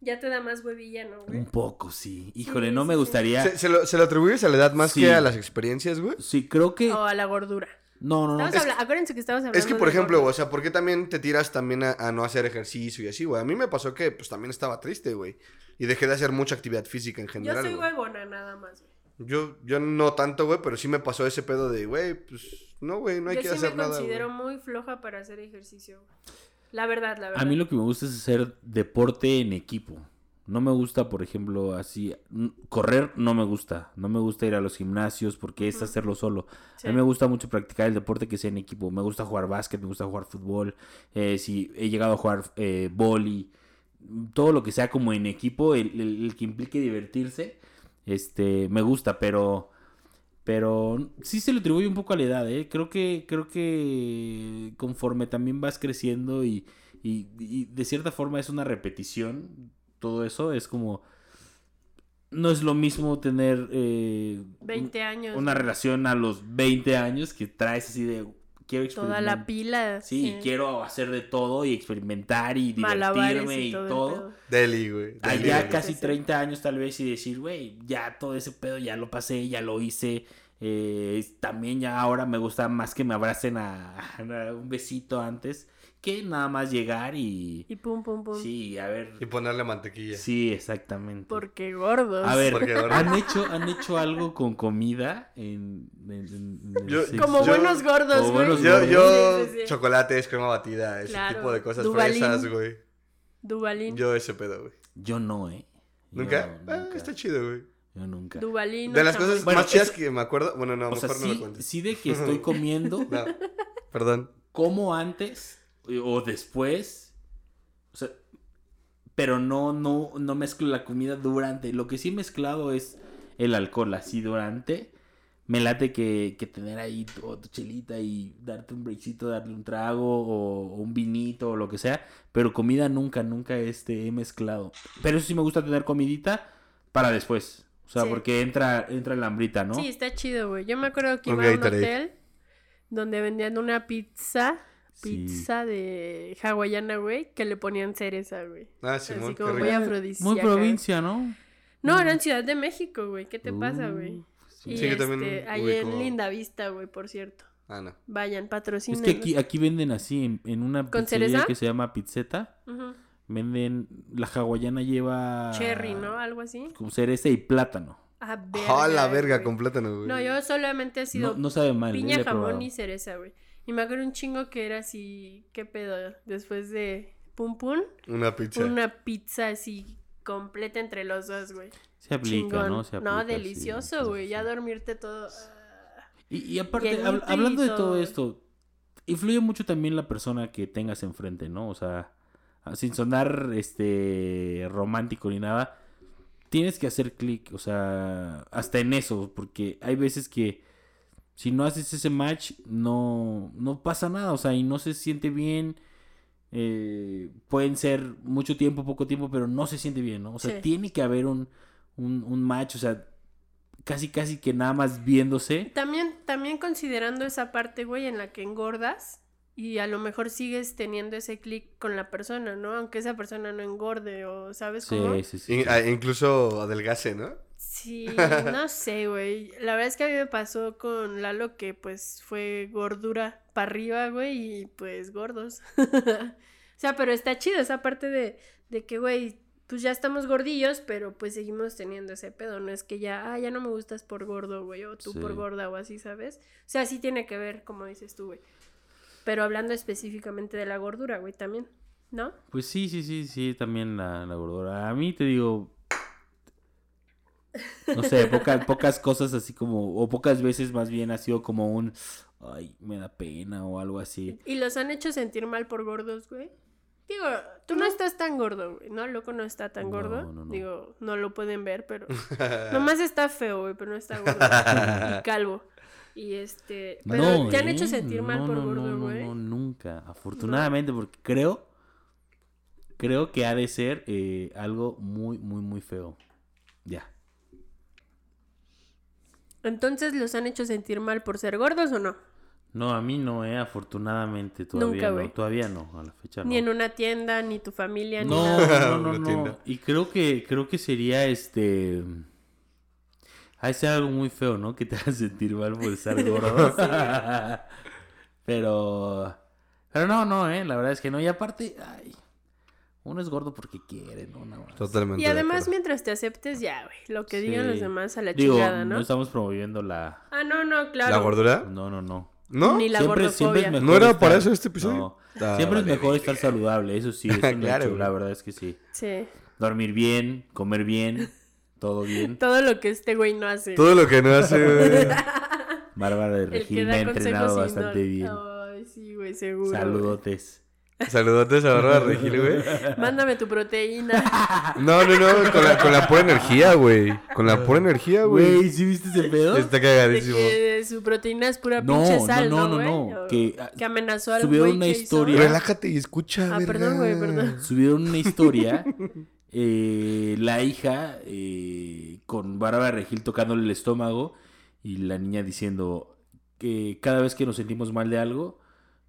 B: Ya te da más huevilla, ¿no, güey?
A: un poco sí. Híjole,
B: Sí,
A: no
B: sí,
A: me
B: sí.
A: gustaría.
C: ¿Se, se lo, se lo atribuyes a la edad más
A: Sí.
C: que a las experiencias, güey?
A: Sí, creo que.
B: O a la gordura.
A: No, no, no.
B: Estamos habla- Acuérdense que estamos hablando
C: Es que, por
B: de
C: ejemplo, o
B: gordos.
C: sea, ¿por qué también te tiras también a, a no hacer ejercicio y así, güey? A mí me pasó que, pues, también estaba triste, güey. Y dejé de hacer mucha actividad física en
B: Yo
C: general,
B: soy
C: güey.
B: huevona nada más, güey.
C: Yo, yo no tanto, güey, pero sí me pasó ese pedo de, güey, pues, no, güey, no hay
B: yo
C: que
B: sí
C: hacer
B: me
C: nada,
B: considero
C: güey.
B: muy floja para hacer ejercicio, güey. La verdad, la verdad.
A: A mí lo que me gusta es hacer deporte en equipo. No me gusta, por ejemplo, así n- correr no me gusta. No me gusta ir a los gimnasios porque es
B: Ujú.
A: hacerlo solo.
B: Sí.
A: A mí me gusta mucho practicar el deporte que sea en equipo. Me gusta jugar básquet, me gusta jugar fútbol. eh, si he llegado a jugar eh, vóley, todo lo que sea como en equipo, el, el- el que implique divertirse, este, me gusta, pero, pero sí se le atribuye un poco a la edad, ¿eh? Creo que, creo que conforme también vas creciendo y, y- y de cierta forma es una repetición, todo eso es como, no es lo mismo tener eh, un-
B: 20 años.
A: una
B: güey.
A: relación a los 20 años que traes así de quiero
B: Toda
A: experimentar.
B: la pila.
A: Sí, y quiero hacer de todo y experimentar y
B: Malabares
A: divertirme y,
B: el
A: todo.
B: pedo.
C: Deli, güey. deli,
A: Allá
C: güey.
A: casi
B: Sí, sí.
A: 30 años tal vez y decir, güey, ya todo ese pedo ya lo pasé, ya lo hice, Eh, también ya ahora me gusta más que me abracen a, a un besito antes que nada más llegar y...
B: Y pum, pum, pum.
A: Sí, a ver.
C: Y ponerle mantequilla.
A: Sí, exactamente.
B: Porque gordos.
A: A ver,
C: Porque, gordo.
A: ¿han hecho, ¿han hecho algo con comida en, en- en- en el
C: Yo-
A: sexo?
B: Como
C: Yo-
B: buenos gordos,
A: como
B: güey.
A: buenos
C: Yo, yo,
B: Sí, sí, sí.
C: chocolates, crema batida, ese
B: Claro.
C: tipo de cosas
B: Duvalín.
C: fresas, güey.
B: Dubalín.
C: Yo ese pedo, güey.
A: Yo no, ¿eh? Yo
C: ¿Nunca? Ah,
A: nunca.
C: está chido, güey.
A: Yo nunca.
B: Dubalín.
C: de las
B: Ochamoy.
C: cosas
A: Bueno,
C: más chidas que me acuerdo. Bueno, no,
A: o sea,
C: mejor no lo
A: sí,
C: cuentes.
A: sí de que estoy comiendo,
C: No, perdón.
A: como antes eh, o después, o sea, pero no, no, no mezclo la comida durante. Lo que sí he mezclado es el alcohol, así durante. Me late que, que tener ahí tu, o tu chelita y darte un breakcito, darle un trago o, o un vinito o lo que sea. Pero comida nunca, nunca este, he mezclado. Pero eso sí me gusta tener comidita para después. O sea,
B: Sí.
A: porque entra, entra la hambrita, ¿no?
B: Sí, está chido, güey. Yo me acuerdo que
C: Un
B: iba a un
C: Gatorade.
B: hotel donde vendían una pizza.
A: Sí.
B: Pizza de hawaiana, güey, que le ponían cereza, güey.
C: Ah, Simón, qué
B: como
C: rico.
B: voy a-
A: Muy
B: afrodisíaca.
A: provincia, ¿no?
B: No, era en Ciudad de México, güey. ¿Qué te pasa,
A: Mm. Uh,
B: güey?
A: sí.
B: Y
C: Sí, yo
B: este,
C: también
B: ahí
C: ubico-
B: en Linda Vista, güey, por cierto.
C: Ah, no.
B: Vayan,
A: Es
B: patrocinen.
A: que aquí, aquí venden así, en, en una
B: ¿Con
A: pizzería
B: cereza?
A: que se llama Pizzeta, venden, la hawaiana
C: Ah.
A: lleva...
B: Cherry, ¿no? Algo así.
A: Con cereza y plátano.
B: Ah, verga,
C: ¡Ah, la verga!
B: güey.
C: Con plátano, güey.
B: No, yo solamente he sido
A: No, no sabe mal. ya la
B: piña,
A: he probado.
B: jamón y cereza, güey. Y me acuerdo un chingo que era así, qué pedo, después de pum pum,
C: Una pizza.
B: una pizza así completa entre los dos, güey.
A: Se aplica,
B: Chingón.
A: ¿no? Se aplica, sí,
B: delicioso,
A: sí,
B: güey. Ya
A: sí.
B: dormirte todo. ah.
A: Y, y aparte,
B: llenito
A: hab-
B: y
A: hablando de
B: todo.
A: todo esto, influye mucho también la persona que tengas enfrente, ¿no? O sea, ah, sin sonar este romántico ni nada, tienes que hacer clic, o sea, hasta en eso, porque hay veces que si no haces ese match, no, no pasa nada, o sea, y no se siente bien. eh, pueden ser mucho tiempo, poco tiempo, pero no se siente bien, ¿no? O sea,
B: Sí.
A: tiene que haber un, un, un match, o sea, casi, casi que nada más viéndose.
B: También, también considerando esa parte, güey, en la que engordas y a lo mejor sigues teniendo ese clic con la persona, ¿no? Aunque esa persona no engorde o sabes cómo.
A: Sí, sí, sí.
C: In- ah, incluso adelgase, ¿no?
B: Sí, no sé, güey. La verdad es que a mí me pasó con Lalo que pues fue gordura para arriba, güey, y pues gordos. o sea, pero está chido esa parte de, de que, güey, pues ya estamos gordillos, pero pues seguimos teniendo ese pedo. No es que ya, ah, ya no me gustas por gordo, güey, o tú
A: Sí.
B: por gorda o así, ¿sabes? O sea, sí tiene que ver, como dices tú, güey. Pero hablando específicamente de la gordura, güey, también, ¿no?
A: Pues sí, sí, sí, sí, también la, la gordura. A mí te digo. No sé, poca- pocas cosas así como. O pocas veces más bien ha sido como un. Ay, me da pena o algo así.
B: ¿Y los han hecho sentir mal por gordos, güey? Digo, tú no estás tan gordo, güey, ¿no? Loco no está tan
A: No,
B: gordo.
A: no, no.
B: Digo, no lo pueden ver, pero... Nomás está feo, güey, pero no está gordo. y calvo. Y este... Pero te han hecho
A: ¿eh?
B: sentir mal
A: No,
B: por
A: no,
B: gordo,
A: no, no,
B: güey.
A: No, nunca. Afortunadamente, porque creo. Creo que ha de ser eh, algo muy, muy, muy feo. Ya.
B: Entonces, ¿los han hecho sentir mal por ser gordos o no?
A: No, a mí no, eh, afortunadamente. Todavía
B: Nunca,
A: no.
B: güey.
A: Todavía no, a la fecha no.
B: Ni en una tienda, ni tu familia, ni
A: No,
B: nada.
A: no, no,
C: Una
A: no.
C: tienda.
A: Y creo que, creo que sería este. Hay ser algo muy feo, ¿no? Que te haga sentir mal por estar gordo. pero. Pero no, no, ¿eh? La verdad es que no. Y aparte, ay. Uno es gordo porque quiere, ¿no? Nada más.
C: Totalmente.
B: Y
C: de
B: además,
C: acuerdo.
B: mientras te aceptes, ya, güey. Lo que
A: Sí.
B: digan los demás a la
A: Digo,
B: chingada, ¿no?
A: no estamos promoviendo la.
B: Ah, no, no, claro.
C: ¿La gordura?
A: No, no, no.
C: ¿No?
B: Ni la
A: siempre, siempre es
B: gordofobia.
A: mejor
C: ¿No era
A: estar-
C: para eso este episodio?
A: No.
C: Ah,
A: siempre es
C: vale,
A: mejor estar saludable, eso sí, eso es un
C: Claro,
A: hecho,
C: güey.
A: la verdad es que sí.
B: Sí.
A: Dormir bien, comer bien, todo bien.
B: Todo lo que este güey no hace.
C: Todo lo que no hace, güey.
A: Bárbara de
B: El
A: Regil
B: que
A: me ha
B: da consejos
A: entrenado
B: sin
A: bastante
B: don.
A: bien.
B: Ay, sí, güey, seguro.
A: Saludotes.
C: Saludotes a Bárbara Regil,
B: güey.
C: güey.
B: Mándame tu proteína.
C: No, no, no, con la, con la pura energía, güey. Con la pura energía, güey.
A: Güey, ¿sí viste ese pedo?
C: Está
B: de
C: cagadísimo.
B: que su proteína es pura
A: No,
B: pinche sal,
A: no,
B: ¿no,
A: no, no,
B: güey? O-
A: que,
B: Que,
A: ah,
B: amenazó al
A: subieron
B: güey
A: una
B: que
A: historia.
B: Hizo...
C: Relájate y escucha,
B: Ah,
C: verga.
B: perdón, güey, perdón.
A: Subieron una historia. eh, la hija eh, con Bárbara Regil tocándole el estómago y la niña diciendo que cada vez que nos sentimos mal de algo,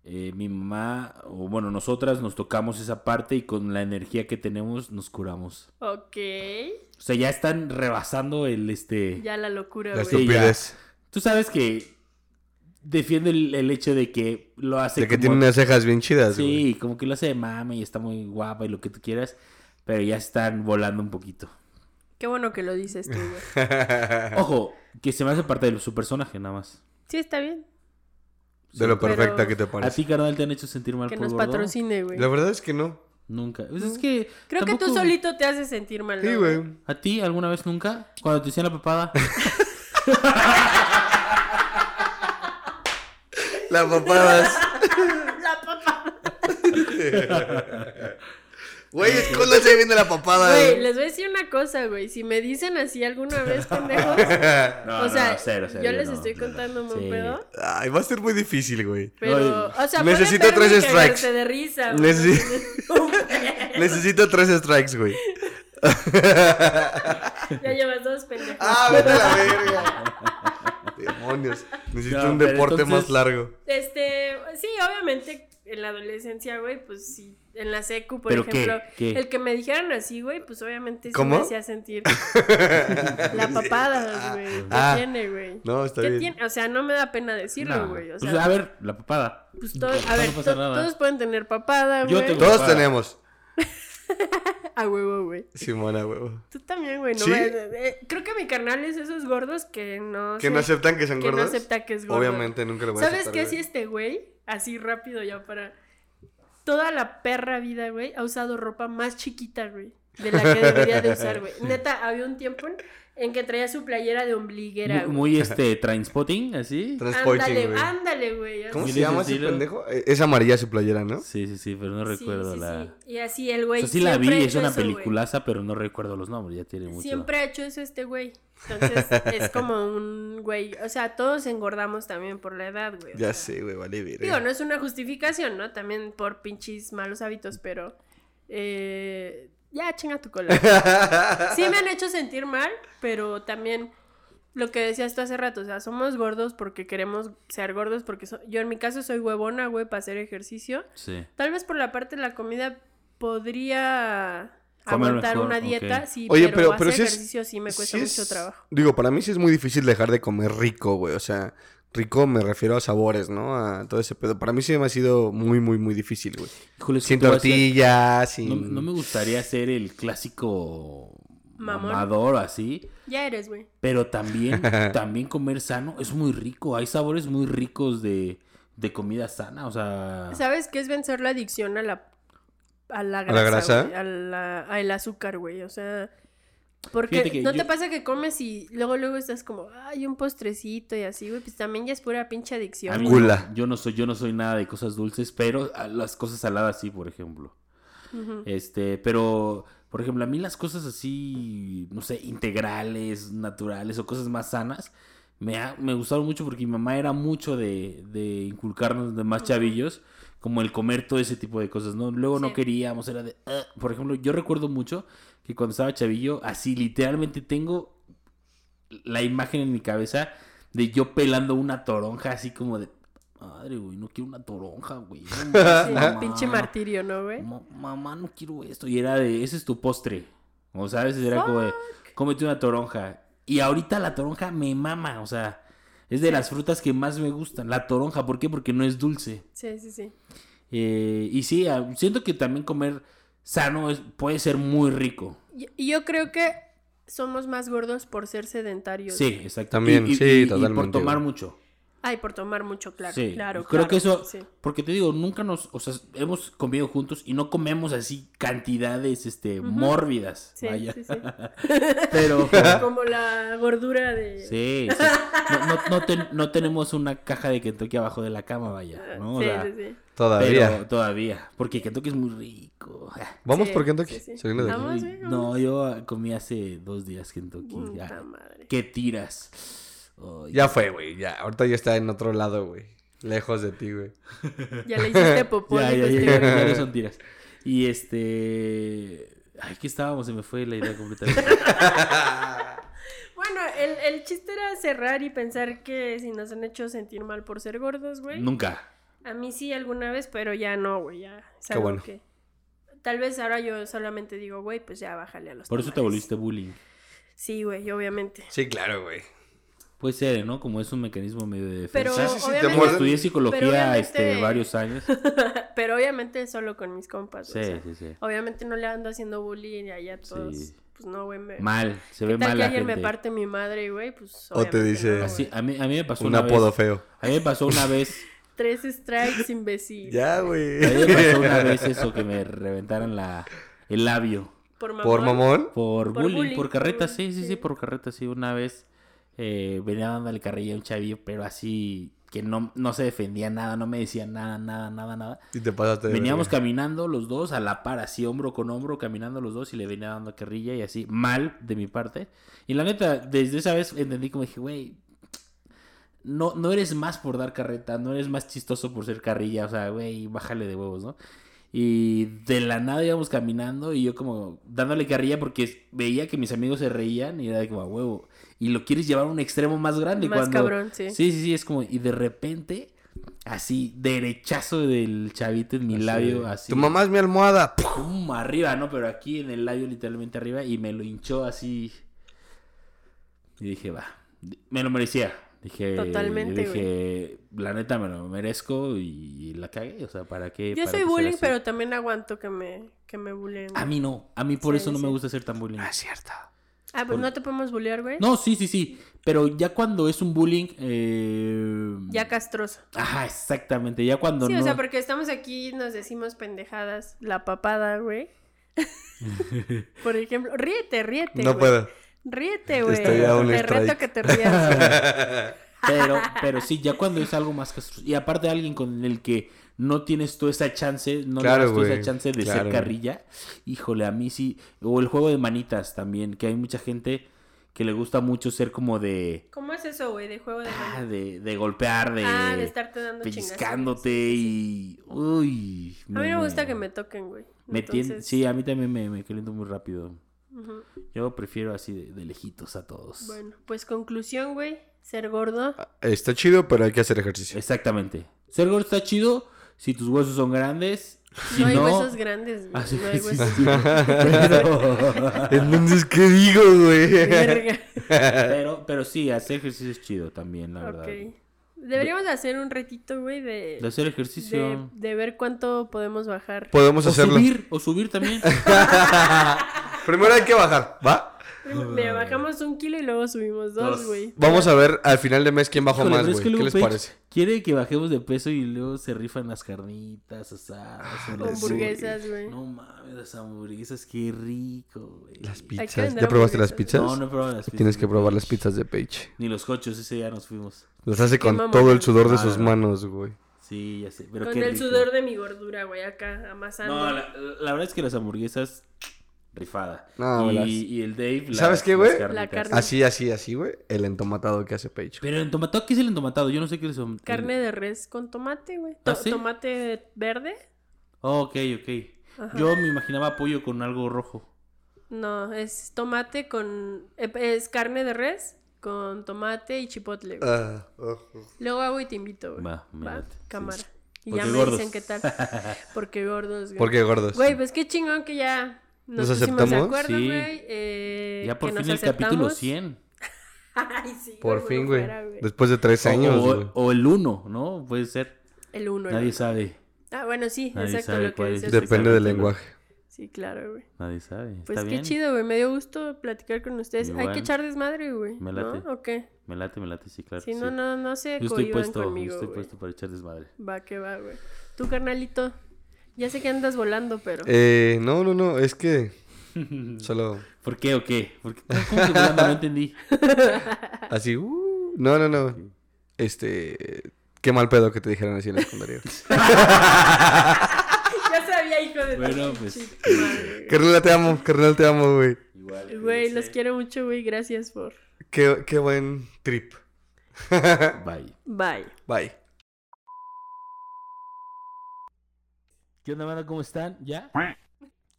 A: eh, mi mamá o bueno, nosotras nos tocamos esa parte y con la energía que tenemos nos curamos.
B: Ok.
A: O sea, ya están rebasando el este...
B: Ya la locura, güey.
C: La
A: estoy-
C: estupidez.
A: Tú sabes que defiendo el, el hecho de que lo hace
C: De que
A: como-
C: tiene unas cejas bien chidas,
A: Sí,
C: güey.
A: como que lo hace de mame y está muy guapa y lo que tú quieras, pero ya están volando un poquito.
B: Qué bueno que lo dices tú, güey.
C: Ah.
A: Ojo, que se me hace parte de su personaje nada más.
B: Sí, está bien.
C: De lo
B: Pero-
C: perfecta que te
A: ¿A
C: parece.
A: ti, carnal, te han hecho sentir mal
B: Que
A: por
B: nos
A: gordo?
B: patrocine, güey.
C: La verdad es que no.
A: Nunca. Pues es que
B: Creo que tú
A: tampoco-
B: solito te haces sentir mal.
C: Sí,
B: ¿no,
C: güey.
A: ¿A ti alguna vez nunca? Cuando te hicieron la papada.
C: La papadas.
B: La papada.
C: Güey, es cuando se viene la papada.
B: Güey,
C: güey.
B: les voy a decir una cosa, güey. Si me dicen así alguna vez, pendejos.
A: No,
B: o
A: no,
B: sea,
A: no, cero, cero,
B: yo les
A: no,
B: estoy
A: no, no.
B: contando un buen
A: Sí.
B: pedo.
C: Ay, va a ser muy difícil, güey.
B: Pero, o sea, puede
C: Necesito
B: verme
C: tres
B: cagarse
C: strikes.
B: de risa. güey.
C: Necesi- Necesito tres strikes, güey.
B: Ya llevas dos pendejos.
C: Ah, vete a la verga. Demonios. Necesito
A: No,
C: un
A: pero
C: deporte más
A: entonces-
C: largo.
B: Este, sí, obviamente en la adolescencia, güey, pues sí, en la secu, por
A: ¿Pero qué?
B: ejemplo,
A: ¿Qué?
B: el que me dijeran así, güey, pues obviamente sí
C: ¿Cómo?
B: me hacía sentir la papada, güey. ¿Qué
C: Ah.
B: tiene, güey?
C: No, está
B: ¿Qué
C: bien.
B: tiene? O sea, no me da pena decirlo,
A: No.
B: güey. O
A: Pues,
B: sea,
A: a ver, la papada.
B: pues todo- a ver,
A: no pasa
B: to-
A: nada.
B: todos pueden tener papada,
A: Yo
B: güey.
A: tengo-
C: Todos
A: Para.
C: tenemos.
B: A huevo, güey.
C: Simona, huevo.
B: Tú también, güey. No
C: ¿Sí?
B: me- eh, creo que mi carnal es esos gordos que no
C: Que no
B: se-
C: aceptan que sean
B: que no
C: gordos.
B: acepta que es gordo.
C: Obviamente nunca lo voy a
B: ¿Sabes
C: aceptar,
B: qué
C: güey.
B: si este güey? Así rápido ya para. Toda la perra vida, güey, ha usado ropa más chiquita, güey. De la que debería de usar, güey. Neta, había un tiempo en, en que traía su playera de
A: Muy,
B: ombliguera, güey.
A: muy, este, trainspotting, así.
C: Transpoiting,
B: Ándale,
C: güey.
B: ándale, güey.
C: ¿Cómo
A: Muy
C: se llama ese
A: difícil, ¿no?
C: pendejo? Eh, Es amarilla su playera, ¿no?
A: Sí, sí, sí, pero no recuerdo la...
B: Sí. Y así el
A: O
B: güey.
A: sea, sí la vi,
B: siempre ha
A: es
B: hecho
A: una
B: eso, güey.
A: peliculaza, pero no recuerdo los nombres, ya tiene mucho.
B: Siempre ha hecho eso este güey. Entonces, es como un güey. O sea, todos engordamos también por la edad, güey. o
C: Ya
B: sea.
C: sé, güey, vale, verga.
B: Digo, no es una justificación, ¿no? También por pinches malos hábitos, pero. eh, ya, chinga tu cola. Sí me han hecho sentir mal, pero también lo que decías tú hace rato, o sea, somos gordos porque queremos ser gordos, porque so- yo en mi caso soy huevona, güey, para hacer ejercicio.
A: Sí.
B: Tal vez por la parte de la comida podría
A: Comer
B: aguantar
A: mejor,
B: una dieta,
A: ok.
B: sí,
C: Oye,
B: pero,
C: pero- pero
B: hacer
C: sí es-
B: ejercicio sí me cuesta
C: Sí
B: mucho
C: es-
B: trabajo.
C: Digo, para mí sí es muy difícil dejar de comer rico, güey. O sea, rico me refiero a sabores, ¿no? A todo ese pedo. Para mí sí me ha sido muy, muy, muy difícil, güey.
A: Híjole, es que
C: Sin
A: te voy a ser-
C: tortillas, sin...
A: No, no me gustaría ser el clásico
B: Mamón.
A: mamador así,
B: Ya eres, güey.
A: pero también, también comer sano es muy rico. Hay sabores muy ricos de, de comida sana, o sea...
B: ¿Sabes qué es vencer la adicción a la a la grasa?
C: la grasa?
B: güey, a la- al azúcar, güey. O sea, porque
A: Fíjate que
B: no
A: yo-
B: te pasa que comes y luego luego estás como, ay, un postrecito y así, güey, pues también ya es pura pinche
A: a
B: adicción.
A: mí
C: Gula.
A: no, yo no soy yo no soy nada de cosas dulces, pero a las cosas saladas sí, por ejemplo.
B: Ujú.
A: Este, pero, por ejemplo, a mí las cosas así, no sé, integrales, naturales o cosas más sanas, me, ha- me gustaron mucho porque mi mamá era mucho de, de inculcarnos de más chavillos, como el comer todo ese tipo de cosas, ¿no? Luego no
B: Sí.
A: queríamos, era de, "Ah". por ejemplo, yo recuerdo mucho que cuando estaba chavillo, así literalmente tengo la imagen en mi cabeza de yo pelando una toronja, así como de, madre, güey, no quiero una toronja, güey. Ah, no mames,
B: Sí,
A: mamá".
B: pinche martirio, ¿no, güey?
A: Ma- mamá, no quiero esto. Y era de, ese es tu postre. O sabes, era como de, cómete una toronja. Y ahorita la toronja me mama, o sea, es de las frutas que más me gustan. La toronja, ¿por qué? Porque no es dulce.
B: Sí, sí, sí.
A: Eh, y sí, a- siento que también comer sano es- puede ser muy rico.
B: Y, y yo creo que somos más gordos por ser sedentarios.
A: Sí, exactamente.
C: También,
A: Y- y-
C: sí,
A: y- y por
C: totalmente,
A: tomar
C: güey.
A: mucho.
B: Ay, por tomar mucho, claro,
A: Sí,
B: claro.
A: creo
B: claro,
A: que eso,
B: sí.
A: porque te digo, nunca nos, o sea, hemos comido juntos y no comemos así cantidades, este,
B: Ujú.
A: mórbidas,
B: Sí,
A: vaya.
B: sí, sí.
A: Pero,
B: Como la gordura de
A: Sí, sí. No, no, no ten- no tenemos una caja de Kentucky abajo de la cama, vaya, ¿no? O
B: Ah, Sí,
A: sea,
B: sí, sí.
C: Todavía.
A: Pero todavía, porque Kentucky es muy rico.
C: Vamos
B: Sí,
C: por Kentucky.
B: sí, sí. Ah,
C: saliendo de aquí.
B: Vamos. güey,
A: No, yo comí hace dos días Kentucky. Ah,
B: Puta madre.
A: ¿Qué tiras? Ay,
C: Ya fue, güey, ya. Ahorita ya está en otro lado, güey. Lejos de ti, güey.
B: Ya le hiciste popó.
A: ya, ya, ya,
B: dijo este
A: ya,
B: güey.
A: ya no son tiras. Y este... Ay, ¿qué estábamos? Se me fue la idea completamente.
B: Bueno, el, el chiste era cerrar y pensar que si nos han hecho sentir mal por ser gordos, güey.
A: Nunca.
B: A mí sí alguna vez, pero ya no, güey. Ya. Es
C: Qué
B: algo
C: bueno.
B: que- Tal vez ahora yo solamente digo, güey, pues ya bájale a los
A: Por eso te Pues,
B: tamales.
A: volviste bullying.
B: Sí, güey, obviamente.
C: Sí, claro, güey.
A: Puede ser, ¿eh? ¿no? Como es un mecanismo medio de defensa.
B: Pero
C: Sí, sí, sí, te
B: obviamente-
A: Como
C: muerden.
A: estudié
B: pero
A: psicología
B: obviamente-
A: este, varios años.
B: Pero obviamente solo con mis compas. o
A: Sí,
B: sea,
A: sí, sí.
B: Obviamente no le ando haciendo bullying allá a todos.
A: Sí.
B: Pues no, güey. Me...
A: Mal, se
B: ¿Qué
A: ve
B: tal
A: mal
B: que
A: la
B: ayer
A: gente.
B: me parte mi madre, güey? Pues.
C: O te
B: obviamente
C: dice-
B: no,
A: Así, ah".
B: güey.
A: a mí, a mí me pasó
C: Un
A: una
C: apodo
A: vez.
C: feo.
A: A mí me pasó una vez.
B: Tres strikes, imbécil.
C: Ya, güey.
A: A mí me pasó una vez eso que me reventaran la, el labio.
B: Por mamón.
C: Por mamón.
A: Por,
B: Por
A: bullying,
B: bullying,
A: por
B: por
A: carreta,
B: bullying,
A: sí, sí,
B: sí.
A: sí, por carreta, sí. Una vez eh, venía dándole carrilla a un chavillo, pero así que no, no se defendía nada, no me decía nada, nada, nada, nada.
C: Y te pasaste. de
A: Veníamos
C: verga.
A: caminando los dos a la par, así hombro con hombro, caminando los dos y le venía dando carrilla y así, mal de mi parte. Y la neta, desde esa vez entendí como dije, güey, no, no eres más por dar carreta, no eres más chistoso por ser carrilla, o sea, güey, bájale de huevos, ¿no? Y de la nada íbamos caminando y yo como dándole carrilla porque veía que mis amigos se reían y era de como a huevo. Y lo quieres llevar a un extremo más grande
B: Más
A: cuando...
B: cabrón, sí.
A: Sí, sí, sí, es como, y de repente, así, derechazo del chavito en mi
C: Así
A: labio,
C: de,
A: así.
C: Tu mamá es mi almohada. ¡Puf!
A: pum, arriba, ¿no? Pero aquí en el labio, literalmente arriba, y me lo hinchó así. Y dije, va, me lo merecía. Dije,
B: Totalmente,
A: dije, la neta me lo merezco y la cagué, o sea, ¿para qué?
B: Yo
A: para
B: soy
A: qué ser
B: bullying,
A: así?
B: pero también aguanto que me, que me bullying.
A: A mí no, a mí por
B: Sí,
A: eso no
B: sí.
A: me gusta ser tan bullying.
C: No es cierto.
B: Ah, pues
A: por-
B: no te podemos bullear, güey.
A: No, sí, sí, sí, pero ya cuando es un bullying... Eh...
B: Ya castroso.
A: Ajá, exactamente, ya cuando
B: Sí,
A: no...
B: o sea, porque estamos aquí y nos decimos pendejadas. La papada, güey. Por ejemplo, ríete, ríete.
C: No
B: güey.
C: puedo.
B: Ríete, güey.
C: Estoy a un
B: Te
C: strike.
B: reto que te rías. güey.
A: Pero, pero sí, ya cuando es algo más castroso. Y aparte alguien con el que no tienes tú esa chance, no le
C: Claro,
A: das tú esa
C: güey,
A: chance de
C: claro.
A: ser carrilla. Híjole, a mí sí. O el juego de manitas también, que hay mucha gente que le gusta mucho ser como de.
B: ¿Cómo es eso, güey? De juego de.
A: ah,
B: manos?
A: de, de golpear, de.
B: Ah, de estarte dando
A: pellizcándote
B: chingazones.
A: y. Uy.
B: A mí no me gusta que me toquen, güey.
A: me tien-
B: Entonces,
A: Sí, a mí también me, me caliento muy rápido.
B: ujú.
A: Yo prefiero así de, de lejitos a todos.
B: Bueno, pues conclusión, güey. Ser gordo.
A: Ah,
C: Está chido, pero hay que hacer ejercicio.
A: Exactamente. Ser gordo está chido si tus huesos son grandes. Si
B: no
A: no,
B: hay huesos grandes, güey.
A: Así
B: no hay
A: es, sí,
B: huesos.
A: sí. Pero-
C: Entonces, ¿qué digo, güey?
B: Verga.
A: pero, pero sí, hacer ejercicio es chido también, la verdad.
B: Ok. Deberíamos hacer un retito, güey, de,
A: De hacer
B: de,
A: ejercicio.
B: de ver cuánto podemos bajar.
C: Podemos
A: O
C: hacerlo.
A: subir, o subir también.
C: Primero hay que bajar, ¿va?
B: Mira, bajamos un kilo y luego subimos dos, güey.
C: Vamos a ver al final de mes quién bajó
A: Híjole,
C: más,
A: pero es
C: güey.
A: que
C: ¿Qué
A: luego
C: les
A: Paige
C: parece?
A: Quiere que bajemos de peso y luego se rifan las carnitas asadas. o las-
B: Hamburguesas, güey.
A: No mames, las hamburguesas, qué rico, güey.
C: Las
B: que
C: pizzas.
B: vender
C: ¿Ya probaste las
B: hamburguesas.
C: pizzas?
A: No, no he probado las
C: Tienes
A: pizzas
C: que
A: de
C: probar
A: Paige.
C: las pizzas de Paige.
A: Ni los cochos, ese día nos fuimos.
C: Las hace
B: Qué mamón.
C: con todo el sudor de
A: Ah,
C: sus
A: no.
C: manos, güey.
A: Sí, ya sé. Pero
B: Con
A: qué
B: el
A: rico.
B: sudor de mi gordura, güey, acá, amasando.
A: No, la, la verdad es que las hamburguesas, rifada.
C: No,
A: y,
C: las-
A: y el Dave, las-
C: ¿Sabes qué,
A: las
C: güey? Ah,
A: carnitas.
B: La carne.
C: Así, así, así, güey. El entomatado que hace Paige.
A: Pero el entomatado, ¿qué es el entomatado? Yo no sé qué es el
B: Carne de res con tomate, güey. To-
A: ¿Ah, sí?
B: Tomate verde.
A: Oh, ok, ok.
B: Ajá.
A: Yo me imaginaba pollo con algo rojo.
B: No, es tomate con... eh, Es carne de res con tomate y chipotle, güey.
C: Ah, oh, oh.
B: Luego hago y te invito, güey.
A: Va, me late, sí.
B: Cámara. Y
A: Porque
B: ya me
A: gordos.
B: dicen qué tal. Porque gordos, güey.
C: ¿Por qué, gordos?
B: Güey, pues qué chingón que ya nos,
C: ¿Nos
B: pusimos de
C: aceptamos?
B: acuerdo,
A: Sí.
B: güey. eh,
A: ya por
B: que
A: fin el
B: nos
A: capítulo
B: aceptamos.
A: 100.
B: Ay, sí,
C: Por
B: güey,
C: fin, güey.
B: fuera, güey.
C: Después de tres
A: O-
C: años,
A: o,
C: güey.
A: o el 1, ¿no? Puede ser.
B: El uno, el
A: Nadie
B: uno.
A: sabe.
B: Ah, bueno, sí,
A: nadie
B: exacto
A: sabe
B: lo que
A: cuál es.
B: dices.
A: Dep-
C: Depende del
A: exactamente.
C: lenguaje.
B: Sí, claro, güey.
A: Nadie sabe.
B: Pues
A: Está
B: qué
A: bien.
B: chido, güey. Me dio gusto platicar con ustedes. Hay
A: Igual.
B: que echar desmadre, güey.
A: Me late.
B: ¿No? ¿O qué?
A: Me late, me late, sí, claro.
B: Si
A: sí.
B: no, no, no se
A: Yo estoy
B: cohiban
A: puesto,
B: conmigo,
A: yo estoy
B: güey.
A: puesto para echar desmadre.
B: Va que va, güey. Tú, carnalito, ya sé que andas volando, pero...
C: Eh, no, no, no. Es que. Solo.
A: ¿Por qué o qué? ¿Por qué? ¿Cómo que volando? No entendí.
C: Así. uh, no, no, no. Este. Qué mal pedo que te dijeran así en la secundaria.
B: ya sabía, hijo de...
A: Bueno, pues.
B: Madre,
C: carnal, te amo. Carnal, te amo, güey.
A: Igual.
B: güey. Güey, los
A: cuídense.
B: quiero mucho, güey. Gracias por...
C: Qué, qué buen trip.
A: Bye.
B: Bye.
C: Bye.
A: ¿Qué onda, banda? ¿Cómo están? ¿Ya?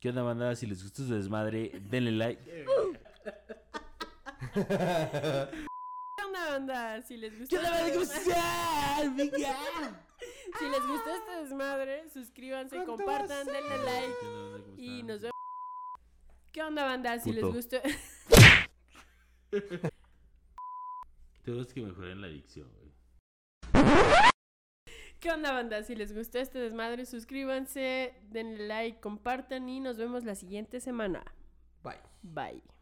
A: ¿Qué onda, banda? Si les gustó su desmadre, denle like.
B: ¿Qué onda, banda? Si les gusta... este Si les gustó este desmadre, suscríbanse, compartan, denle like y nos vemos. ¿Qué onda, banda? Si les
A: Puto.
B: gustó...
A: Tenemos que mejorar en la adicción, güey.
B: ¿Qué onda, banda? Si les gustó este desmadre, suscríbanse, denle like, compartan y nos vemos la siguiente semana.
C: Bye.
B: Bye.